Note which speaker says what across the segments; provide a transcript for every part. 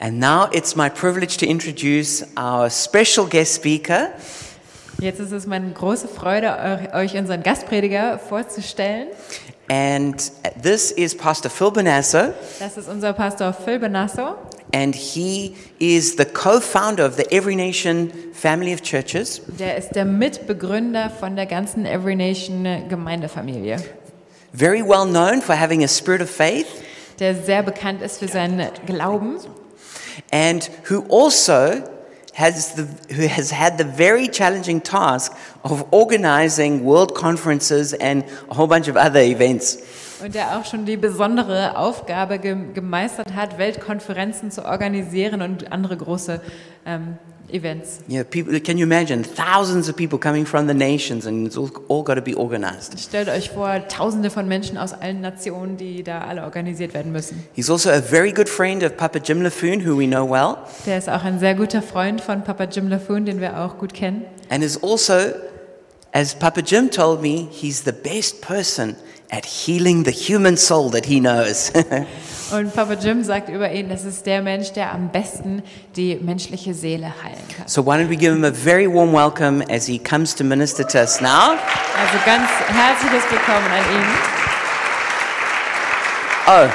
Speaker 1: And now it's my privilege to introduce our special guest speaker.
Speaker 2: Jetzt ist es meine große Freude, euch unseren Gastprediger vorzustellen.
Speaker 1: And this is Pastor Phil Bonasso,
Speaker 2: Das ist unser Pastor Phil Benasso.
Speaker 1: and he is the co founder of the Every Nation family of churches.
Speaker 2: Der ist der Mitbegründer von der ganzen Every Nation Gemeindefamilie,
Speaker 1: Very well known for having a spirit of faith,
Speaker 2: der sehr bekannt ist für seinen Glauben
Speaker 1: and who also has, the, who has had the very challenging task of organizing world conferences and a whole bunch of other events.
Speaker 2: und der auch schon die besondere Aufgabe ge gemeistert hat, Weltkonferenzen zu organisieren und andere große ähm, Events.
Speaker 1: Yeah, people, can you imagine thousands of people coming from the nations and it's all, all got to be organized?
Speaker 2: Stellt euch vor, Tausende von Menschen aus allen Nationen, die da alle organisiert werden müssen.
Speaker 1: He's also a very good friend of Papa Jim LaFoon, who we know well,
Speaker 2: Der ist auch ein sehr guter Freund von Papa Jim LaFoon, den wir auch gut kennen.
Speaker 1: and is also, as Papa Jim told me, he's the best person at healing the human soul that he knows.
Speaker 2: Und Papa Jim sagt über ihn, das ist der Mensch, der am besten die menschliche Seele heilen kann.
Speaker 1: so why don't we give him a very warm welcome as he comes to minister to us now?
Speaker 2: Also ganz herzliches Willkommen an ihn.
Speaker 1: Oh.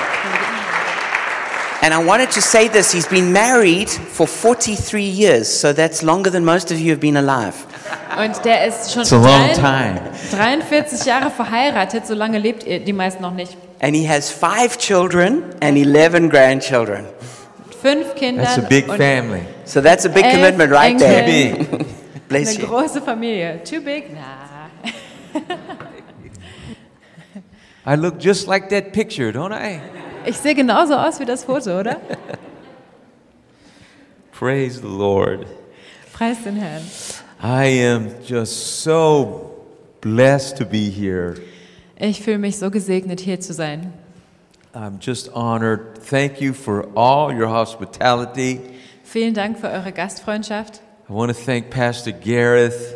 Speaker 1: And I wanted to say this, he's been married for 43 years, so that's longer than most of you have been alive.
Speaker 2: Und der ist schon
Speaker 3: It's a long
Speaker 2: drei-
Speaker 3: time.
Speaker 2: 43 Jahre verheiratet, so lange lebt ihr, die meisten noch nicht.
Speaker 1: And he has five children and 11 grandchildren.
Speaker 2: Fünf Kinder
Speaker 3: That's a
Speaker 2: und
Speaker 3: big family.
Speaker 1: So that's a big
Speaker 2: Elf
Speaker 1: commitment right
Speaker 2: Enkel.
Speaker 1: there.
Speaker 3: Big.
Speaker 1: Bless
Speaker 2: eine
Speaker 1: you.
Speaker 2: große Familie. Too big? Na.
Speaker 3: I look just like that picture, don't I?
Speaker 2: Ich sehe genauso aus wie das Foto, oder?
Speaker 3: Praise the Lord.
Speaker 2: Preis den Herrn.
Speaker 3: I am just so blessed to be here.
Speaker 2: Ich fühle mich so gesegnet, hier zu sein.
Speaker 3: I'm just honored. Thank you for all your hospitality.
Speaker 2: Vielen Dank für eure Gastfreundschaft.
Speaker 3: I want to thank Pastor Gareth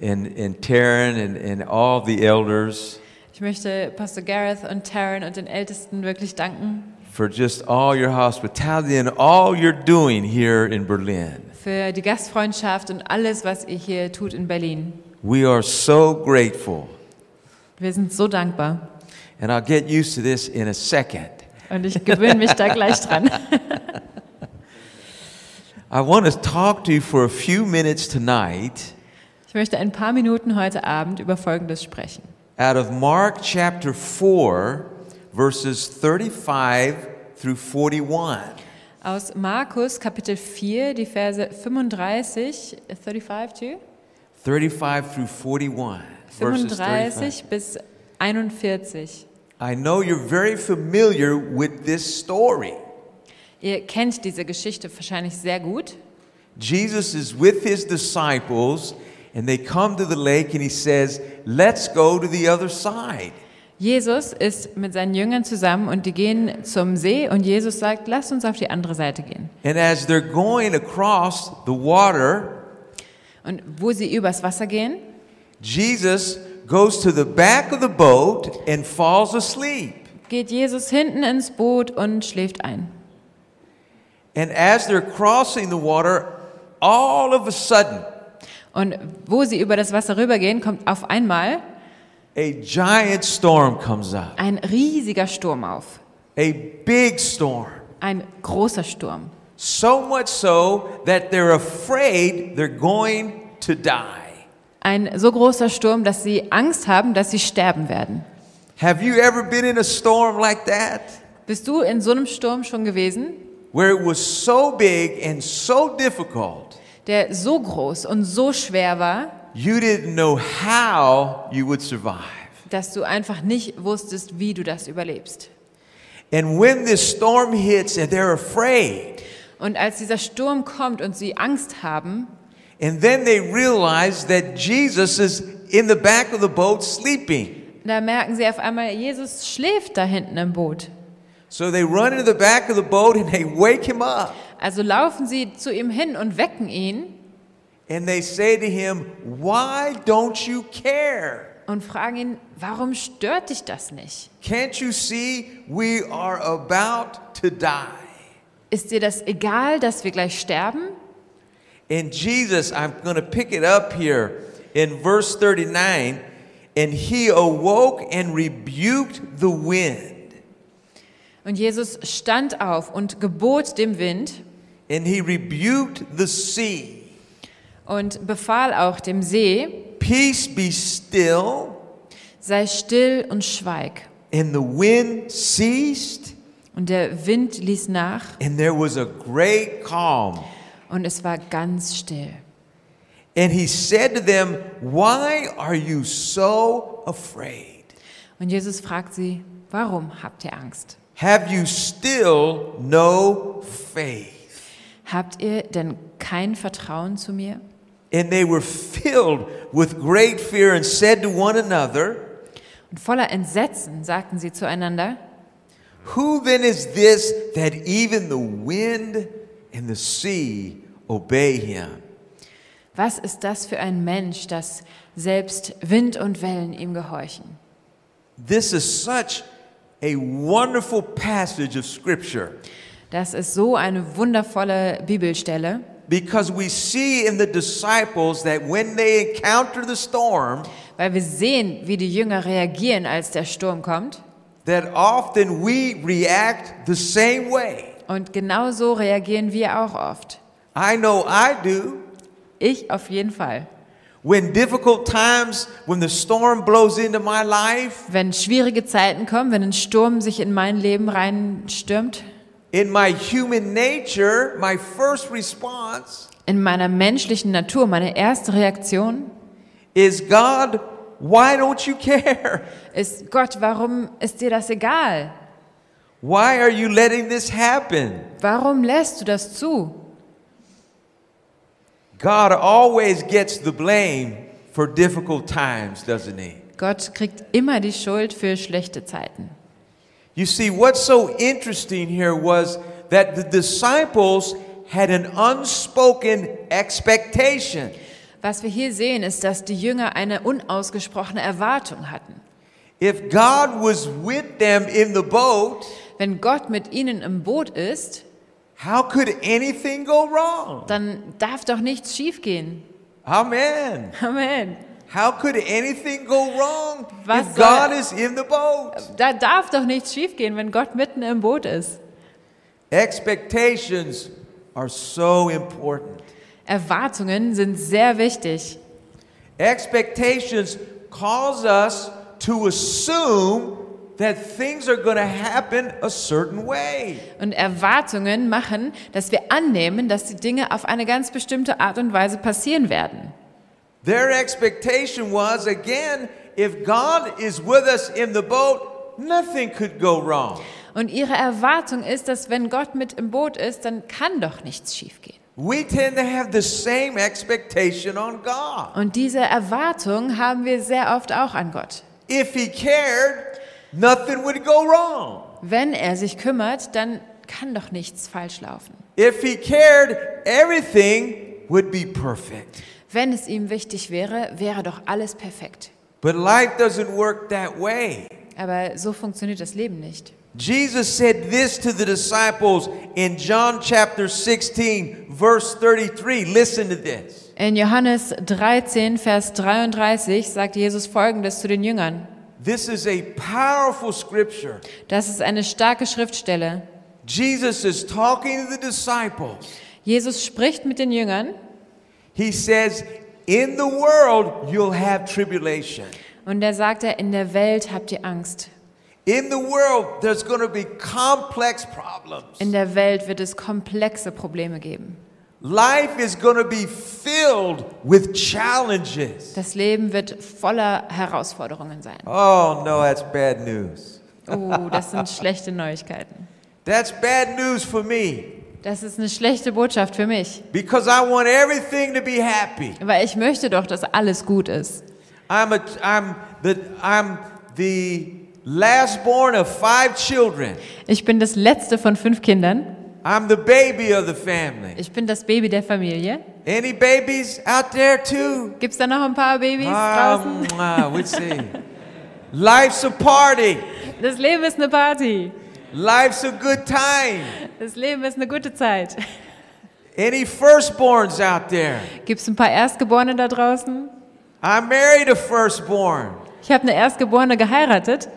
Speaker 3: and, and Taryn and, and all the elders
Speaker 2: Ich möchte Pastor Gareth und Taryn und den Ältesten wirklich danken
Speaker 3: for just all your hospitality and all you're doing here in Berlin.
Speaker 2: für die Gastfreundschaft und alles, was ihr hier tut in Berlin.
Speaker 3: We are so grateful.
Speaker 2: Wir sind so dankbar.
Speaker 3: And I'll get used to this in a second.
Speaker 2: Und ich gewöhne mich da gleich dran.
Speaker 3: I want to talk to you for a few minutes tonight
Speaker 2: Ich möchte ein paar Minuten heute Abend über Folgendes sprechen.
Speaker 3: out of Mark chapter 4, verses 35 through 41.
Speaker 2: Aus Markus Kapitel 4, die Verse äh, 35, 35
Speaker 3: 35 through 41.
Speaker 2: to?
Speaker 3: Verses 35.
Speaker 2: 35 bis 41.
Speaker 3: I know you're very familiar with this story.
Speaker 2: Ihr kennt diese Geschichte wahrscheinlich sehr gut.
Speaker 3: Jesus is with his disciples, and they come to the lake, and he says, Let's go to the other side.
Speaker 2: Jesus ist mit seinen Jüngern zusammen und die gehen zum See und Jesus sagt, lasst uns auf die andere Seite gehen.
Speaker 3: And as they're going across the water,
Speaker 2: Und wo sie übers Wasser gehen,
Speaker 3: Jesus goes to the back of the boat and falls asleep.
Speaker 2: geht Jesus hinten ins Boot und schläft ein.
Speaker 3: And as they're crossing the water, all of a sudden,
Speaker 2: Und wo sie über das Wasser rübergehen, kommt auf einmal
Speaker 3: a giant storm comes up.
Speaker 2: ein riesiger Sturm auf.
Speaker 3: A big storm.
Speaker 2: Ein großer Sturm.
Speaker 3: So much so that they're afraid they're going to die.
Speaker 2: Ein so großer Sturm, dass sie Angst haben, dass sie sterben werden.
Speaker 3: Have you ever been in a storm like that?
Speaker 2: Bist du in so einem Sturm schon gewesen,
Speaker 3: Where it was so big and so difficult,
Speaker 2: der so groß und so schwer war,
Speaker 3: you didn't know how you would survive.
Speaker 2: dass du einfach nicht wusstest, wie du das überlebst?
Speaker 3: And when this storm hits and they're afraid,
Speaker 2: Und als dieser Sturm kommt und sie Angst haben,
Speaker 3: and then they realize that Jesus is in the back of the boat sleeping.
Speaker 2: da merken sie auf einmal, Jesus schläft da hinten im Boot.
Speaker 3: So they run into the back of the boat and they wake him up.
Speaker 2: Also laufen sie zu ihm hin und wecken ihn
Speaker 3: And they say to him, Why don't you care?
Speaker 2: und fragen ihn, warum stört dich das nicht?
Speaker 3: Can't you see we are about to die?
Speaker 2: Ist dir das egal, dass wir gleich sterben?
Speaker 3: And Jesus, I'm going to pick it up here in verse 39. And he awoke and rebuked the wind.
Speaker 2: Und Jesus stand auf und gebot dem Wind
Speaker 3: And he rebuked the sea.
Speaker 2: und befahl auch dem See,
Speaker 3: Peace be still.
Speaker 2: sei still und schweig.
Speaker 3: And the wind ceased.
Speaker 2: Und der Wind ließ nach
Speaker 3: And there was a great calm.
Speaker 2: und es war ganz still.
Speaker 3: And he said to them, Why are you so afraid?
Speaker 2: Und Jesus fragt sie, warum habt ihr Angst?
Speaker 3: Have you still no faith?
Speaker 2: Habt ihr denn kein Vertrauen zu mir?
Speaker 3: And they were filled with great fear and said to one another,
Speaker 2: Und voller Entsetzen sagten sie zueinander,
Speaker 3: Who then is this that even the wind and the sea obey him?
Speaker 2: was ist das für ein Mensch, dass selbst Wind und Wellen ihm gehorchen?
Speaker 3: This is such a wonderful passage of Scripture
Speaker 2: Das ist so eine wundervolle Bibelstelle,
Speaker 3: because we see in the disciples that when they encounter the storm,
Speaker 2: weil wir sehen, wie die Jünger reagieren, als der Sturm kommt.
Speaker 3: that often we react the same way.
Speaker 2: Und genau so reagieren wir auch oft.
Speaker 3: I know I do.
Speaker 2: Ich auf jeden Fall.
Speaker 3: When difficult times, when the storm blows into my life,
Speaker 2: Wenn schwierige Zeiten kommen, wenn ein Sturm sich in mein Leben reinstürmt,
Speaker 3: in my human nature, my first response
Speaker 2: in meiner menschlichen Natur, meine erste Reaktion
Speaker 3: is God, why don't you care?
Speaker 2: ist, Gott, warum ist dir das egal?
Speaker 3: Why are you letting this happen?
Speaker 2: Warum lässt du das zu?
Speaker 3: God always gets the blame for difficult times, doesn't he?
Speaker 2: Gott kriegt immer die Schuld für schlechte Zeiten.
Speaker 3: You see, what's so interesting here was that the disciples had an unspoken expectation.
Speaker 2: Was wir hier sehen, ist, dass die Jünger eine unausgesprochene Erwartung hatten.
Speaker 3: If God was with them in the boat,
Speaker 2: Wenn Gott mit ihnen im Boot ist,
Speaker 3: how could anything go wrong?
Speaker 2: dann darf doch nichts schiefgehen.
Speaker 3: Amen.
Speaker 2: Amen.
Speaker 3: How could anything go wrong
Speaker 2: Was
Speaker 3: if
Speaker 2: soll-
Speaker 3: God is in the boat?
Speaker 2: Da darf doch nichts schiefgehen, wenn Gott mitten im Boot ist.
Speaker 3: Expectations are so important.
Speaker 2: Erwartungen sind sehr wichtig.
Speaker 3: Expectations cause us to assume that things are going to happen a certain way.
Speaker 2: Und Erwartungen machen, dass wir annehmen, dass die Dinge auf eine ganz bestimmte Art und Weise passieren werden.
Speaker 3: Their expectation was again, if God is with us in the boat, nothing could go wrong.
Speaker 2: Und ihre Erwartung ist, dass wenn Gott mit im Boot ist, dann kann doch nichts schiefgehen.
Speaker 3: We tend to have the same expectation on God.
Speaker 2: Und diese Erwartung haben wir sehr oft auch an Gott.
Speaker 3: If He cared, nothing would go wrong.
Speaker 2: Wenn er sich kümmert, dann kann doch nichts falsch laufen.
Speaker 3: If He cared, everything would be perfect.
Speaker 2: Wenn es ihm wichtig wäre, wäre doch alles perfekt.
Speaker 3: But life doesn't work that way.
Speaker 2: Aber so funktioniert das Leben nicht.
Speaker 3: Jesus said this to the disciples in John chapter 16, verse 33. Listen to this.
Speaker 2: In Johannes 13, Vers 33 sagt Jesus Folgendes zu den Jüngern.
Speaker 3: This is a powerful scripture.
Speaker 2: Das ist eine starke Schriftstelle.
Speaker 3: Jesus is talking to the disciples.
Speaker 2: Jesus spricht mit den Jüngern
Speaker 3: He says, In the world, you'll have tribulation.
Speaker 2: und da sagt er, in der Welt habt ihr Angst.
Speaker 3: In the world, there's going to be complex problems.
Speaker 2: In der Welt wird es komplexe Probleme geben.
Speaker 3: Life is going to be filled with challenges.
Speaker 2: Das Leben wird voller Herausforderungen sein.
Speaker 3: Oh, no, that's bad news.
Speaker 2: Oh, das sind schlechte Neuigkeiten.
Speaker 3: That's bad news for me
Speaker 2: Das ist eine schlechte Botschaft für mich,
Speaker 3: because I want everything to be happy.
Speaker 2: weil ich möchte doch, dass alles gut ist.
Speaker 3: I'm, a, I'm, the, I'm the last born of five children,
Speaker 2: Ich bin das letzte von fünf Kindern.
Speaker 3: I'm the baby of the family.
Speaker 2: Ich bin das Baby der Familie.
Speaker 3: Any babies out there too? Ah,
Speaker 2: Gibt's da noch ein paar Babys draußen?
Speaker 3: mwah, we'll see. Life's a party.
Speaker 2: Das Leben ist eine Party.
Speaker 3: Life's a good time.
Speaker 2: Das Leben ist eine gute Zeit.
Speaker 3: Any firstborns out there?
Speaker 2: Gibt es ein paar Erstgeborene da draußen?
Speaker 3: I married a firstborn.
Speaker 2: Ich habe eine Erstgeborene geheiratet.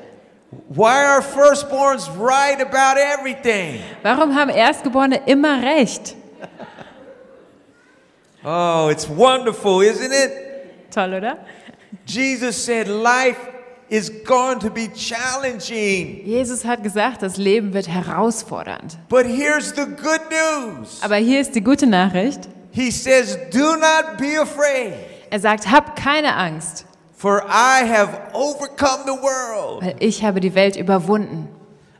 Speaker 3: Why are firstborns right about everything?
Speaker 2: Warum haben Erstgeborene immer recht?
Speaker 3: Oh, it's wonderful, isn't it?
Speaker 2: Toll, oder?
Speaker 3: Jesus said life is going to be challenging.
Speaker 2: Jesus hat gesagt, das Leben wird herausfordernd.
Speaker 3: But here's the good news
Speaker 2: Aber hier ist die gute Nachricht.
Speaker 3: He says, Do not be afraid,
Speaker 2: Er sagt, hab keine Angst,
Speaker 3: for I have overcome the world.
Speaker 2: weil ich habe die Welt überwunden.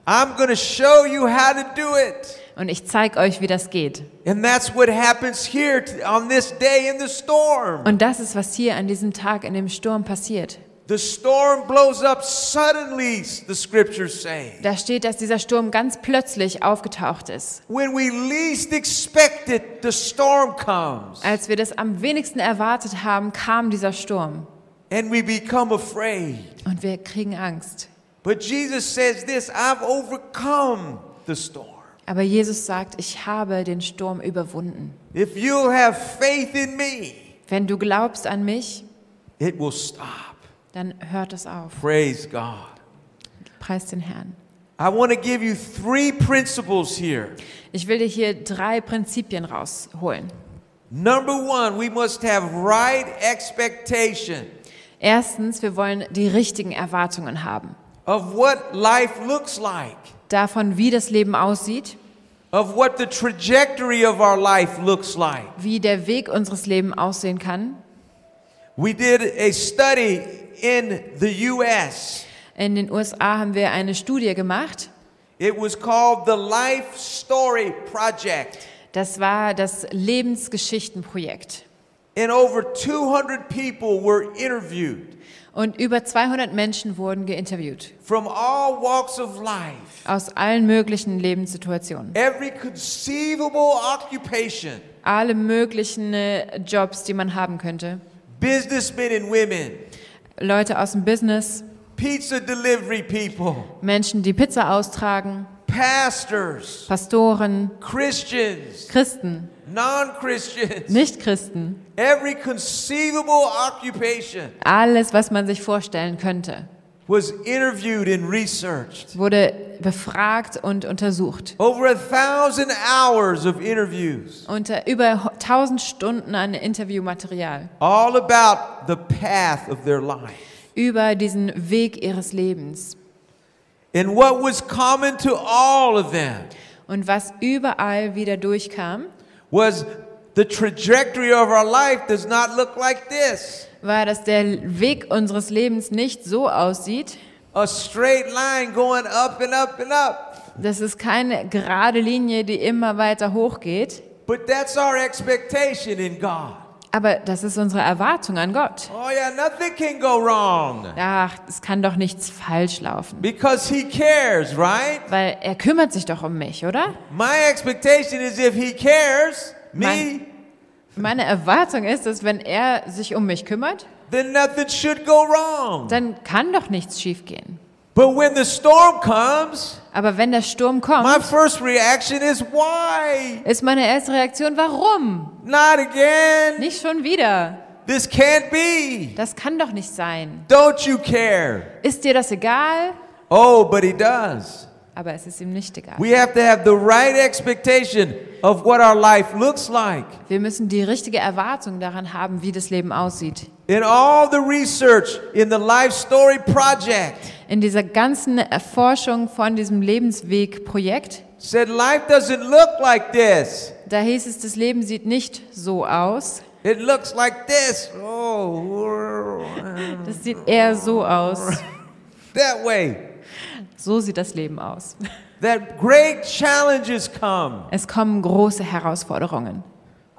Speaker 3: I'm going to show you how to do it.
Speaker 2: Und ich zeige euch, wie das geht.
Speaker 3: And that's what happens here t- on this day in the storm.
Speaker 2: Und das ist, was hier an diesem Tag in dem Sturm passiert.
Speaker 3: The storm blows up suddenly, the scriptures say.
Speaker 2: Da steht, dass dieser Sturm ganz plötzlich aufgetaucht ist.
Speaker 3: When we least expect it, the storm comes
Speaker 2: Als wir das am wenigsten erwartet haben, kam dieser Sturm.
Speaker 3: and we become afraid.
Speaker 2: Und wir kriegen Angst.
Speaker 3: But Jesus says this I've overcome the storm.
Speaker 2: Aber Jesus sagt, ich habe den Sturm überwunden.
Speaker 3: If you'll have faith in me,
Speaker 2: Wenn du glaubst an mich,
Speaker 3: it will stop.
Speaker 2: dann hört es auf.
Speaker 3: Praise God.
Speaker 2: Preis den Herrn.
Speaker 3: I want to give you three principles here.
Speaker 2: Ich will dir hier drei Prinzipien rausholen.
Speaker 3: Number one, we must have right expectation
Speaker 2: Erstens, wir wollen die richtigen Erwartungen haben.
Speaker 3: of what life looks like,
Speaker 2: Davon, wie das Leben aussieht,
Speaker 3: of what the trajectory of our life looks like.
Speaker 2: wie der Weg unseres Lebens aussehen kann.
Speaker 3: We did a study in the U.S.,
Speaker 2: In den USA haben wir eine Studie gemacht.
Speaker 3: it was called the Life Story Project.
Speaker 2: Das war das Lebensgeschichtenprojekt.
Speaker 3: And over 200 people were interviewed
Speaker 2: Und über 200 Menschen wurden geinterviewt
Speaker 3: from all walks of life,
Speaker 2: aus allen möglichen Lebenssituationen.
Speaker 3: every conceivable occupation,
Speaker 2: Alle möglichen äh, Jobs, die man haben könnte.
Speaker 3: businessmen and women,
Speaker 2: Leute aus dem Business,
Speaker 3: pizza delivery people,
Speaker 2: Menschen, die Pizza austragen,
Speaker 3: pastors,
Speaker 2: Pastoren,
Speaker 3: Christians,
Speaker 2: Christen,
Speaker 3: non Christians,
Speaker 2: Nichtchristen,
Speaker 3: every conceivable occupation
Speaker 2: alles, was man sich vorstellen könnte,
Speaker 3: was interviewed and researched.
Speaker 2: wurde befragt und untersucht.
Speaker 3: Over a thousand hours of interviews,
Speaker 2: Unter über ho- 1000 Stunden an Interviewmaterial
Speaker 3: all about the path of their life.
Speaker 2: über diesen Weg ihres Lebens
Speaker 3: And what was common to all of them
Speaker 2: und was überall wieder durchkam,
Speaker 3: was the trajectory of our life does not look like this
Speaker 2: war, dass der Weg unseres Lebens nicht so aussieht,
Speaker 3: a straight line going up and up and up.
Speaker 2: das ist keine gerade Linie, die immer weiter hochgeht,
Speaker 3: But that's our expectation in God.
Speaker 2: aber das ist unsere Erwartung an Gott.
Speaker 3: Oh, yeah, nothing can go wrong
Speaker 2: Ach, es kann doch nichts falsch laufen.
Speaker 3: because He cares, right?
Speaker 2: Weil er kümmert sich doch um mich, oder?
Speaker 3: My expectation is if He cares, me,
Speaker 2: Mine. Meine Erwartung ist, dass wenn er sich um mich kümmert,
Speaker 3: then nothing should go wrong.
Speaker 2: dann kann doch nichts schiefgehen.
Speaker 3: But when the storm comes,
Speaker 2: Aber wenn der Sturm
Speaker 3: my
Speaker 2: kommt,
Speaker 3: first reaction is, why?
Speaker 2: ist meine erste Reaktion, warum?
Speaker 3: Not again.
Speaker 2: Nicht schon wieder.
Speaker 3: This can't be.
Speaker 2: Das kann doch nicht sein.
Speaker 3: Don't you care?
Speaker 2: Ist dir das egal?
Speaker 3: Oh, but he does.
Speaker 2: Aber es ist ihm nicht egal.
Speaker 3: We have to have the right expectation of what our life looks like.
Speaker 2: Wir müssen die richtige Erwartung daran haben, wie das Leben aussieht.
Speaker 3: In all the research in the Life Story Project
Speaker 2: In dieser ganzen Erforschung von diesem Lebensweg-Projekt,
Speaker 3: said life doesn't look like this.
Speaker 2: da hieß es, das Leben sieht nicht so aus.
Speaker 3: It looks like this. Oh,
Speaker 2: Das sieht eher so aus.
Speaker 3: that way.
Speaker 2: So sieht das Leben aus.
Speaker 3: That great challenges come.
Speaker 2: Es kommen große Herausforderungen.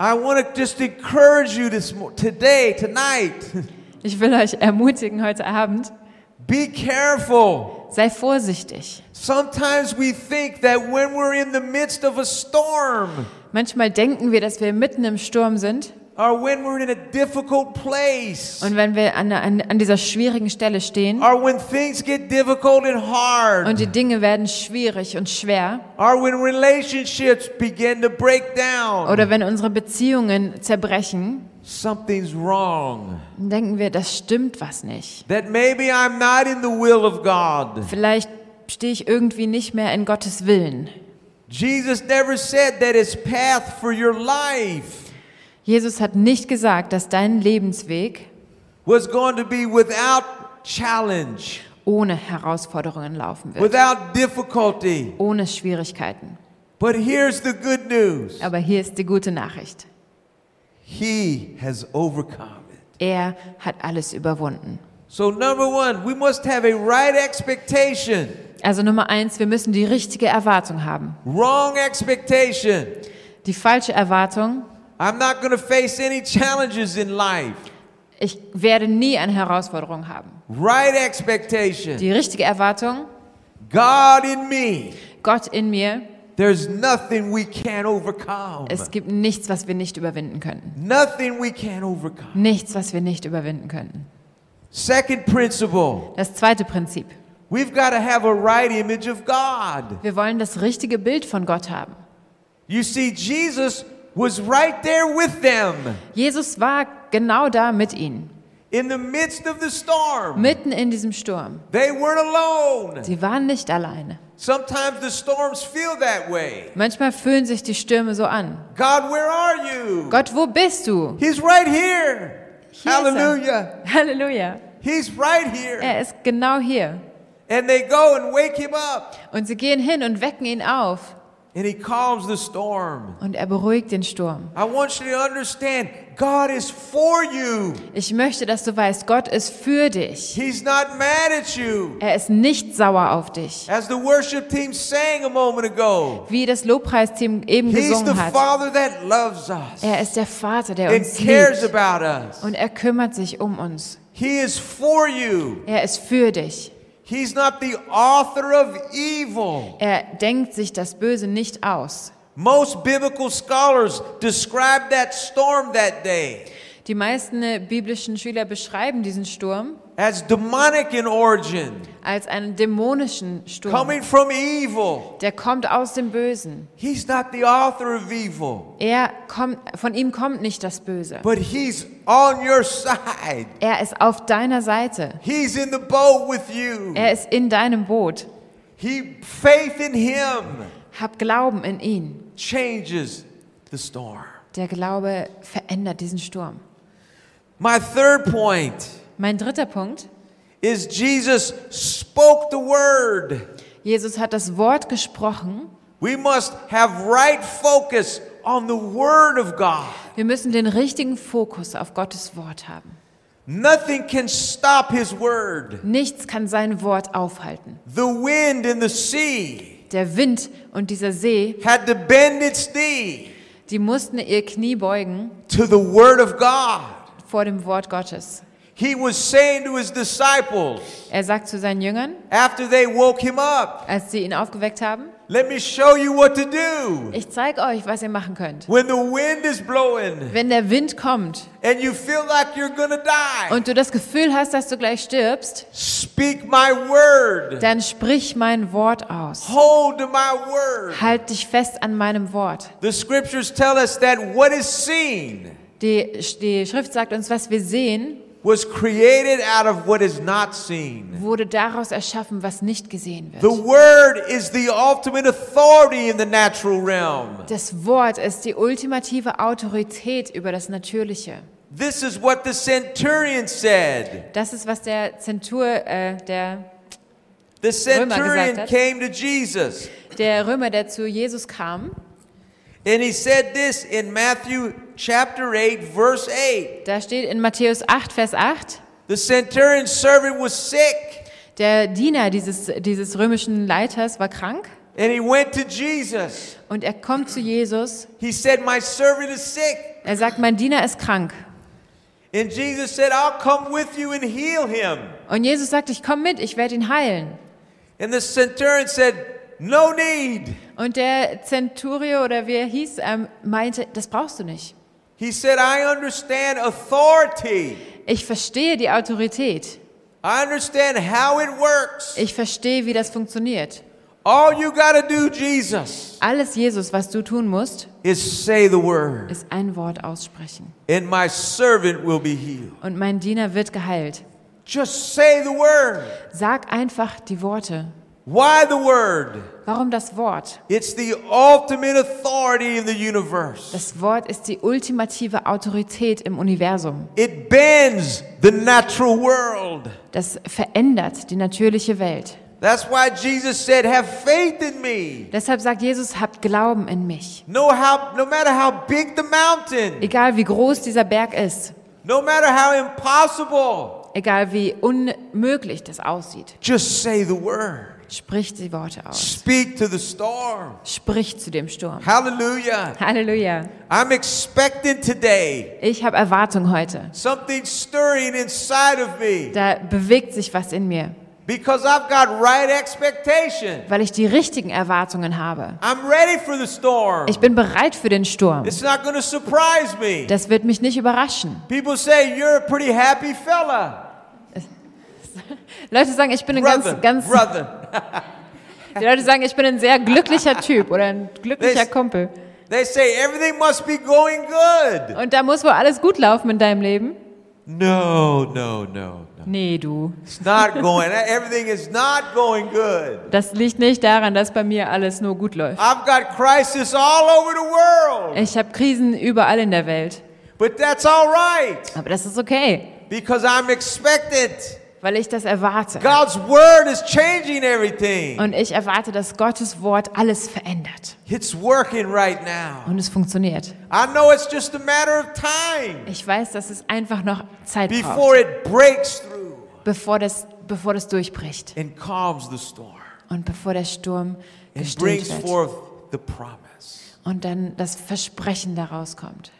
Speaker 3: I want to just encourage you this mo- today, tonight.
Speaker 2: Ich will euch ermutigen heute Abend,
Speaker 3: Be careful.
Speaker 2: sei vorsichtig.
Speaker 3: Sometimes we think that when we're in the midst of a storm,
Speaker 2: Manchmal denken wir, dass wir mitten im Sturm sind
Speaker 3: or when we're in a difficult place,
Speaker 2: Und wenn wir an, an, an dieser schwierigen Stelle stehen
Speaker 3: or when things get difficult and hard,
Speaker 2: und die Dinge werden schwierig und schwer
Speaker 3: or when relationships begin to break down,
Speaker 2: oder wenn unsere Beziehungen zerbrechen,
Speaker 3: something's wrong.
Speaker 2: dann denken wir, das stimmt was nicht.
Speaker 3: That maybe I'm not in the will of God.
Speaker 2: Vielleicht stehe ich irgendwie nicht mehr in Gottes Willen.
Speaker 3: Jesus never said that his path for your life
Speaker 2: Jesus hat nicht gesagt, dass dein Lebensweg
Speaker 3: was going to be without challenge,
Speaker 2: ohne Herausforderungen laufen wird,
Speaker 3: without difficulty.
Speaker 2: ohne Schwierigkeiten.
Speaker 3: But here's the good news
Speaker 2: Aber hier ist die gute Nachricht.
Speaker 3: He has overcome it.
Speaker 2: Er hat alles überwunden.
Speaker 3: So, number one, we must have a right expectation,
Speaker 2: Also Nummer eins, wir müssen die richtige Erwartung haben.
Speaker 3: wrong expectation.
Speaker 2: Die falsche Erwartung,
Speaker 3: I'm not going to face any challenges in life.
Speaker 2: ich werde nie eine Herausforderung haben.
Speaker 3: Right expectation.
Speaker 2: Die richtige Erwartung,
Speaker 3: God in me.
Speaker 2: Gott in mir,
Speaker 3: There's nothing we can't overcome.
Speaker 2: es gibt nichts, was wir nicht überwinden könnten.
Speaker 3: Nothing we can't overcome.
Speaker 2: Nichts, was wir nicht überwinden könnten.
Speaker 3: Second principle,
Speaker 2: Das zweite Prinzip.
Speaker 3: we've got to have a right image of God.
Speaker 2: Wir wollen das richtige Bild von Gott haben.
Speaker 3: You see, Jesus was right there with them
Speaker 2: Jesus war genau da mit ihnen,
Speaker 3: in the midst of the storm.
Speaker 2: mitten in diesem Sturm.
Speaker 3: They weren't alone.
Speaker 2: Sie waren nicht alleine.
Speaker 3: Sometimes the storms feel that way.
Speaker 2: Manchmal fühlen sich die Stürme so an.
Speaker 3: God, where are you?
Speaker 2: Gott, wo bist du?
Speaker 3: He's right here.
Speaker 2: Hier ist er.
Speaker 3: Hallelujah.
Speaker 2: Halleluja.
Speaker 3: He's right here.
Speaker 2: Er ist genau hier.
Speaker 3: And they go and wake him up.
Speaker 2: Und sie gehen hin und wecken ihn auf.
Speaker 3: And he calms the storm.
Speaker 2: Und er beruhigt den Sturm.
Speaker 3: I want you to understand God is for you.
Speaker 2: Ich möchte, dass du weißt, Gott ist für dich.
Speaker 3: He's not mad at you.
Speaker 2: Er ist nicht sauer auf dich.
Speaker 3: As the worship team sang a moment ago,
Speaker 2: Wie das Lobpreisteam eben
Speaker 3: He's the
Speaker 2: gesungen hat.
Speaker 3: Father that loves us
Speaker 2: Er ist der Vater, der
Speaker 3: and
Speaker 2: uns
Speaker 3: cares
Speaker 2: liebt.
Speaker 3: about us.
Speaker 2: Und er kümmert sich um uns.
Speaker 3: He is for you.
Speaker 2: Er ist für dich.
Speaker 3: He's not the author of evil.
Speaker 2: Er denkt sich das Böse nicht aus.
Speaker 3: Most biblical scholars describe that storm that day
Speaker 2: Die meisten äh, biblischen Schüler beschreiben diesen Sturm
Speaker 3: as demonic in origin,
Speaker 2: als einen dämonischen Sturm.
Speaker 3: coming from evil.
Speaker 2: Der kommt aus dem Bösen.
Speaker 3: He's not the author of evil,
Speaker 2: Er kommt, von ihm kommt nicht das Böse.
Speaker 3: but he's on your side.
Speaker 2: Er ist auf deiner Seite.
Speaker 3: He's in the boat with you.
Speaker 2: Er ist in deinem Boot.
Speaker 3: He faith in him
Speaker 2: Hab Glauben in ihn.
Speaker 3: changes the storm.
Speaker 2: Der Glaube verändert diesen Sturm.
Speaker 3: My third point
Speaker 2: Mein dritter Punkt.
Speaker 3: is Jesus spoke the word.
Speaker 2: Jesus hat das Wort gesprochen.
Speaker 3: We must have right focus on the word of God.
Speaker 2: Wir müssen den richtigen Fokus auf Gottes Wort haben.
Speaker 3: Nothing can stop his word.
Speaker 2: Nichts kann sein Wort aufhalten.
Speaker 3: The wind and the sea
Speaker 2: Der Wind und dieser See,
Speaker 3: had to bend its knee
Speaker 2: die mussten ihr Knie beugen
Speaker 3: to the word of God.
Speaker 2: vor dem Wort Gottes.
Speaker 3: He was saying to his disciples
Speaker 2: Er sagt zu seinen Jüngern,
Speaker 3: after they woke him up,
Speaker 2: als sie ihn aufgeweckt haben,
Speaker 3: let me show you what to do.
Speaker 2: ich zeige euch, was ihr machen könnt.
Speaker 3: When the wind is blowing
Speaker 2: Wenn der Wind kommt
Speaker 3: and you feel like you're gonna die,
Speaker 2: und du das Gefühl hast, dass du gleich stirbst,
Speaker 3: speak my word.
Speaker 2: dann sprich mein Wort aus.
Speaker 3: Hold to my word.
Speaker 2: Halt dich fest an meinem Wort.
Speaker 3: The scriptures tell us that what is seen
Speaker 2: Die, die Schrift sagt uns, was wir sehen,
Speaker 3: was created out of what is not seen.
Speaker 2: wurde daraus erschaffen, was nicht gesehen
Speaker 3: The
Speaker 2: wird.
Speaker 3: word is the ultimate authority in the natural realm.
Speaker 2: Das Wort ist die ultimative Autorität über das Natürliche.
Speaker 3: This is what the centurion said.
Speaker 2: Das ist, was der Zentur, äh, der,
Speaker 3: The
Speaker 2: gesagt
Speaker 3: centurion
Speaker 2: hat.
Speaker 3: came to Jesus
Speaker 2: der Römer, der zu Jesus kam,
Speaker 3: and he said this in Matthew chapter 8, verse 8.
Speaker 2: da steht in Matthäus 8, Vers 8,
Speaker 3: The centurion's servant was sick.
Speaker 2: der Diener dieses, dieses römischen Leiters war krank
Speaker 3: And he went to Jesus.
Speaker 2: und er kommt zu Jesus.
Speaker 3: He said, My servant is sick.
Speaker 2: Er sagt, mein Diener ist krank.
Speaker 3: And Jesus said, I'll come with you and heal him.
Speaker 2: Und Jesus sagt, ich komme mit, ich werde ihn heilen.
Speaker 3: And the centurion said, No need.
Speaker 2: Und der Zenturio oder wie er hieß, ähm, meinte, das brauchst du nicht.
Speaker 3: He said, I understand authority.
Speaker 2: Ich verstehe die Autorität.
Speaker 3: I understand how it works.
Speaker 2: Ich verstehe, wie das funktioniert.
Speaker 3: All you got to do, Jesus,
Speaker 2: Alles, Jesus, was du tun musst,
Speaker 3: is say the word,
Speaker 2: ist ein Wort aussprechen.
Speaker 3: and my servant will be healed.
Speaker 2: Und mein Diener wird geheilt.
Speaker 3: Just say the word.
Speaker 2: Sag einfach die Worte.
Speaker 3: Why the word?
Speaker 2: Warum das Wort?
Speaker 3: It's the ultimate authority in the universe.
Speaker 2: Das Wort ist die ultimative Autorität im Universum.
Speaker 3: It bends the natural world.
Speaker 2: Das verändert die natürliche Welt.
Speaker 3: That's why Jesus said, Have faith in me.
Speaker 2: Deshalb sagt Jesus, habt Glauben in mich.
Speaker 3: No, how, no matter how big the mountain,
Speaker 2: Egal wie groß dieser Berg ist,
Speaker 3: no matter how impossible,
Speaker 2: egal wie unmöglich das aussieht,
Speaker 3: just say the word.
Speaker 2: sprich die Worte aus.
Speaker 3: Speak to the storm.
Speaker 2: Sprich zu dem Sturm.
Speaker 3: Hallelujah.
Speaker 2: Halleluja.
Speaker 3: I'm expecting today
Speaker 2: Ich habe Erwartung heute.
Speaker 3: something stirring inside of me
Speaker 2: Da bewegt sich was in mir,
Speaker 3: because I've got right expectation.
Speaker 2: weil ich die richtigen Erwartungen habe.
Speaker 3: I'm ready for the storm.
Speaker 2: Ich bin bereit für den Sturm.
Speaker 3: It's not going to surprise me.
Speaker 2: Das wird mich nicht überraschen.
Speaker 3: People say you're a pretty happy fella.
Speaker 2: Leute sagen, ich bin ein
Speaker 3: Brother,
Speaker 2: ganz, ganz,
Speaker 3: brother.
Speaker 2: die Leute sagen, ich bin ein sehr glücklicher Typ oder ein glücklicher
Speaker 3: This-
Speaker 2: Kumpel.
Speaker 3: They say everything must be going good.
Speaker 2: Und da muss wohl alles gut laufen in deinem Leben.
Speaker 3: No, no, no, no.
Speaker 2: Nee, du.
Speaker 3: It's not going. everything is not going good.
Speaker 2: Das liegt nicht daran, dass bei mir alles nur gut läuft.
Speaker 3: I've got crisis all over the world.
Speaker 2: Ich habe Krisen überall in der Welt.
Speaker 3: But that's all right
Speaker 2: Aber das ist okay,
Speaker 3: because I'm expectant.
Speaker 2: weil ich das erwarte.
Speaker 3: God's word is changing everything.
Speaker 2: Und ich erwarte, dass Gottes Wort alles verändert.
Speaker 3: It's working right now.
Speaker 2: Und es funktioniert.
Speaker 3: I know it's just a matter of time
Speaker 2: Ich weiß, dass es einfach noch Zeit
Speaker 3: before
Speaker 2: braucht,
Speaker 3: it breaks through
Speaker 2: bevor das, bevor das durchbricht
Speaker 3: and calms the storm.
Speaker 2: und bevor der Sturm
Speaker 3: It
Speaker 2: gestillt
Speaker 3: brings
Speaker 2: wird
Speaker 3: forth the promise.
Speaker 2: und dann das Versprechen daraus kommt.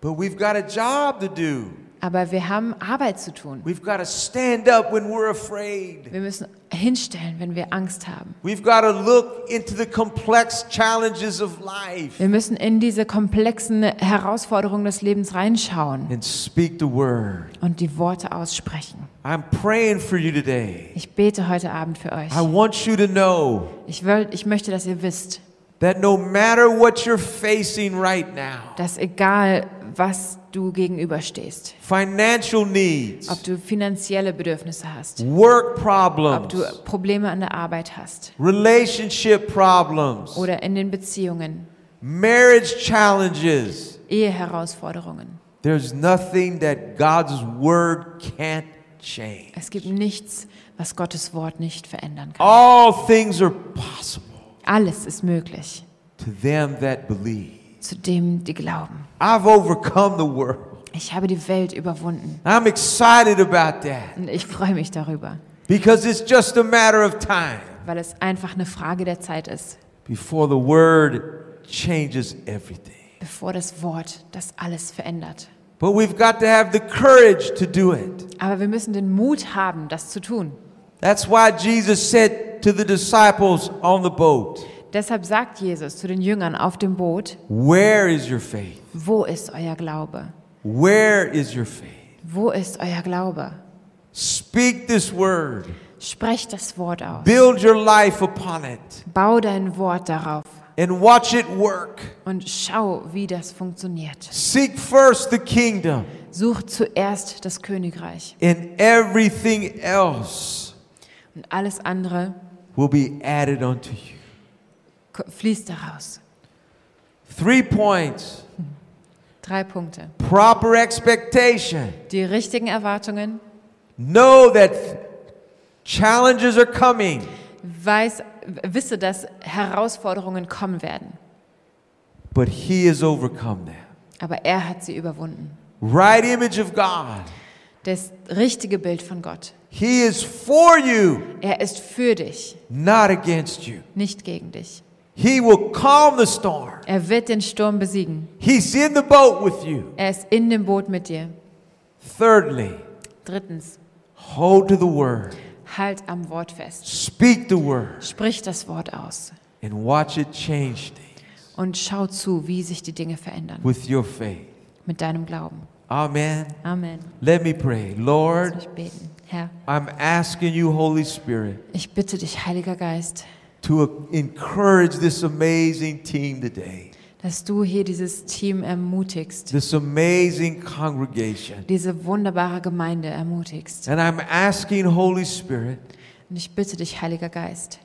Speaker 3: But we've got a job to do.
Speaker 2: Aber wir haben Arbeit zu tun.
Speaker 3: We've got to stand up when we're afraid.
Speaker 2: Wir müssen hinstellen, wenn wir Angst haben.
Speaker 3: We've got to look into the complex challenges of life
Speaker 2: Wir müssen in diese komplexen Herausforderungen des Lebens reinschauen
Speaker 3: and speak the word.
Speaker 2: und die Worte aussprechen.
Speaker 3: I'm praying for you today.
Speaker 2: Ich bete heute Abend für euch.
Speaker 3: I want you to know
Speaker 2: Ich, will, ich möchte, dass ihr wisst,
Speaker 3: that no matter what you're facing right now,
Speaker 2: dass egal, was du gegenüberstehst,
Speaker 3: financial
Speaker 2: ob
Speaker 3: needs,
Speaker 2: du finanzielle Bedürfnisse hast,
Speaker 3: work
Speaker 2: ob
Speaker 3: problems,
Speaker 2: du Probleme an der Arbeit hast
Speaker 3: relationship problems,
Speaker 2: oder in den Beziehungen,
Speaker 3: marriage challenges,
Speaker 2: Eheherausforderungen.
Speaker 3: There's nothing that God's word can't change.
Speaker 2: Es gibt nichts, was Gottes Wort nicht verändern kann.
Speaker 3: All things are possible
Speaker 2: Alles ist möglich
Speaker 3: to them that believe.
Speaker 2: zu dem, die glauben.
Speaker 3: I've overcome the world.
Speaker 2: Ich habe die Welt überwunden
Speaker 3: I'm excited about that
Speaker 2: und ich freue mich darüber,
Speaker 3: because it's just a matter of time
Speaker 2: weil es einfach eine Frage der Zeit ist,
Speaker 3: before the word changes everything.
Speaker 2: bevor das Wort das alles verändert.
Speaker 3: But we've got to have the courage to do it.
Speaker 2: Aber wir müssen den Mut haben, das zu tun.
Speaker 3: That's why Jesus said to the disciples on the boat,
Speaker 2: Deshalb sagt Jesus zu den Jüngern auf dem Boot,
Speaker 3: Where is your faith?
Speaker 2: wo ist euer Glaube?
Speaker 3: Where is your faith?
Speaker 2: Wo ist euer Glaube?
Speaker 3: Speak this word.
Speaker 2: Sprecht das Wort aus.
Speaker 3: Build your life upon it
Speaker 2: Bau dein Wort darauf
Speaker 3: and watch it work.
Speaker 2: und schau, wie das funktioniert.
Speaker 3: Seek first the kingdom,
Speaker 2: Such zuerst das Königreich
Speaker 3: and everything else
Speaker 2: und alles andere
Speaker 3: will be added unto you.
Speaker 2: ko- fließt daraus.
Speaker 3: Three points
Speaker 2: Drei Punkte.
Speaker 3: proper expectation.
Speaker 2: Die richtigen Erwartungen,
Speaker 3: Know that challenges are coming,
Speaker 2: weiß, wisse, dass Herausforderungen kommen werden,
Speaker 3: but He has overcome them.
Speaker 2: aber er hat sie überwunden.
Speaker 3: Right image of God.
Speaker 2: Das richtige Bild von Gott.
Speaker 3: He is for you,
Speaker 2: Er ist für dich,
Speaker 3: not against you.
Speaker 2: nicht gegen dich.
Speaker 3: He will calm the storm.
Speaker 2: Er wird den Sturm besiegen.
Speaker 3: He's in the boat with you.
Speaker 2: Er ist in dem Boot mit dir.
Speaker 3: Thirdly,
Speaker 2: Drittens,
Speaker 3: hold to the word.
Speaker 2: halt am Wort fest.
Speaker 3: Speak the word
Speaker 2: Sprich das Wort aus
Speaker 3: and watch it change things
Speaker 2: und schau zu, wie sich die Dinge verändern.
Speaker 3: with your faith.
Speaker 2: mit deinem Glauben.
Speaker 3: Amen.
Speaker 2: Amen.
Speaker 3: Let me pray.
Speaker 2: Lass
Speaker 3: Lord,
Speaker 2: mich beten. Herr,
Speaker 3: I'm asking you, Holy Spirit,
Speaker 2: ich bitte dich, Heiliger Geist,
Speaker 3: to encourage this amazing team today,
Speaker 2: dass du hier dieses Team ermutigst,
Speaker 3: this amazing congregation.
Speaker 2: diese wunderbare Gemeinde ermutigst.
Speaker 3: And I'm asking, Holy Spirit,
Speaker 2: Und ich bitte dich, Heiliger Geist,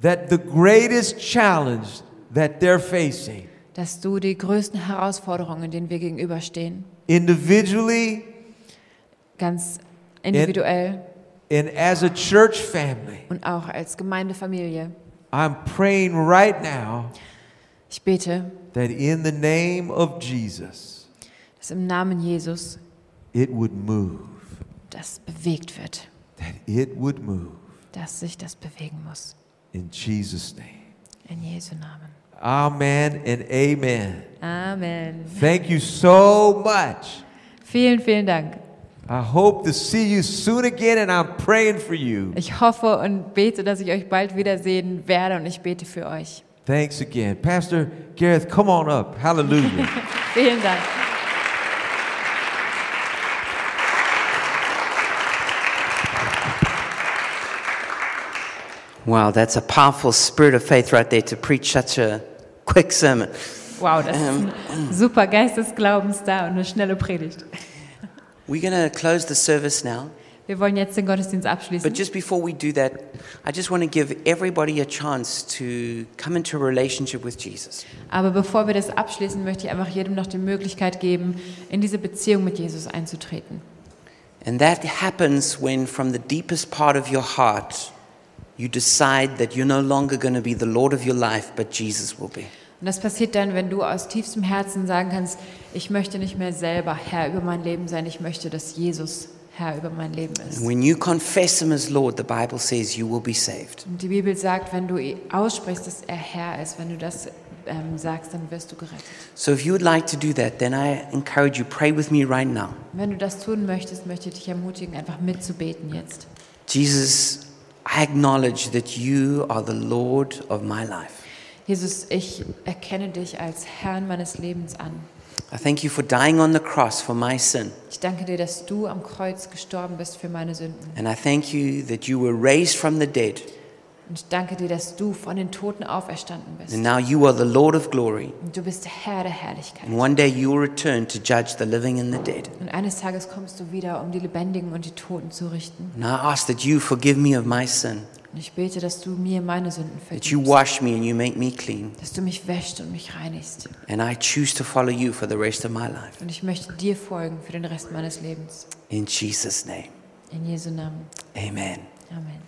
Speaker 3: that the greatest challenge that they're facing,
Speaker 2: dass du die größten Herausforderungen, denen wir gegenüberstehen,
Speaker 3: individually
Speaker 2: ganz individuell
Speaker 3: and as a church family,
Speaker 2: und auch als Gemeindefamilie,
Speaker 3: I'm praying right now
Speaker 2: ich bete,
Speaker 3: that in the name of Jesus,
Speaker 2: dass im Namen Jesus
Speaker 3: it would move,
Speaker 2: das bewegt wird,
Speaker 3: that it would move
Speaker 2: dass sich das bewegen muss.
Speaker 3: in Jesus' name.
Speaker 2: In Jesu Namen.
Speaker 3: Amen and amen.
Speaker 2: Amen.
Speaker 3: Thank you so much.
Speaker 2: Vielen, vielen Dank.
Speaker 3: I hope to see you soon again, and I'm praying for you.
Speaker 2: Ich hoffe und bete, dass ich euch bald wiedersehen werde und ich bete für euch.
Speaker 3: Thanks again. Pastor Gareth, come on up. Hallelujah.
Speaker 2: Vielen Dank.
Speaker 1: Wow, that's a powerful spirit of faith right there to preach such a quick sermon.
Speaker 2: Wow, das ist ein super Geist des Glaubens da und eine schnelle Predigt.
Speaker 1: We're going to close the service now.
Speaker 2: Wir wollen jetzt den Gottesdienst
Speaker 1: But
Speaker 2: abschließen.
Speaker 1: just before we do that, I just want to give everybody a chance to come into a relationship with Jesus.
Speaker 2: Aber bevor wir das abschließen, möchte ich einfach jedem noch die Möglichkeit geben, in diese Beziehung mit Jesus einzutreten.
Speaker 1: And that happens when, from the deepest part of your heart, you decide that you're no longer going to be the Lord of your life, but Jesus will be.
Speaker 2: Und das passiert dann, wenn du aus tiefstem Herzen sagen kannst, ich möchte nicht mehr selber Herr über mein Leben sein, ich möchte, dass Jesus Herr über mein Leben ist.
Speaker 1: And when you confess Him as Lord, the Bible says you will be saved.
Speaker 2: Und die Bibel sagt, wenn du aussprichst, dass er Herr ist, wenn du das ähm, sagst, dann wirst du gerettet.
Speaker 1: So if you would like to do that, then I encourage you, pray with me right now.
Speaker 2: Und wenn du das tun möchtest, möchte ich dich ermutigen, einfach mitzubeten jetzt.
Speaker 1: Jesus, I acknowledge that you are the Lord of my life.
Speaker 2: Jesus, ich erkenne dich als Herrn meines Lebens an.
Speaker 1: I thank you for dying on the cross for my sin.
Speaker 2: Ich danke dir, dass du am Kreuz gestorben bist für meine Sünden.
Speaker 1: And I thank you that you were raised from the dead.
Speaker 2: Und ich danke dir, dass du von den Toten auferstanden bist.
Speaker 1: And now you are the Lord of glory.
Speaker 2: Und du bist der Herr der Herrlichkeit.
Speaker 1: And one day you will return to judge the living and the dead.
Speaker 2: Und eines Tages kommst du wieder, um die Lebendigen und die Toten zu richten.
Speaker 1: And I ask that you forgive me of my sin,
Speaker 2: Und ich bete, dass du mir meine Sünden
Speaker 1: that you
Speaker 2: vergibst,
Speaker 1: wash me and you make me clean.
Speaker 2: dass du mich wäschst und mich reinigst.
Speaker 1: And I choose to follow you for the rest of my life.
Speaker 2: Und ich möchte dir folgen für den Rest meines Lebens.
Speaker 1: In Jesus' name,
Speaker 2: In Jesu Namen.
Speaker 1: amen.
Speaker 2: Amen.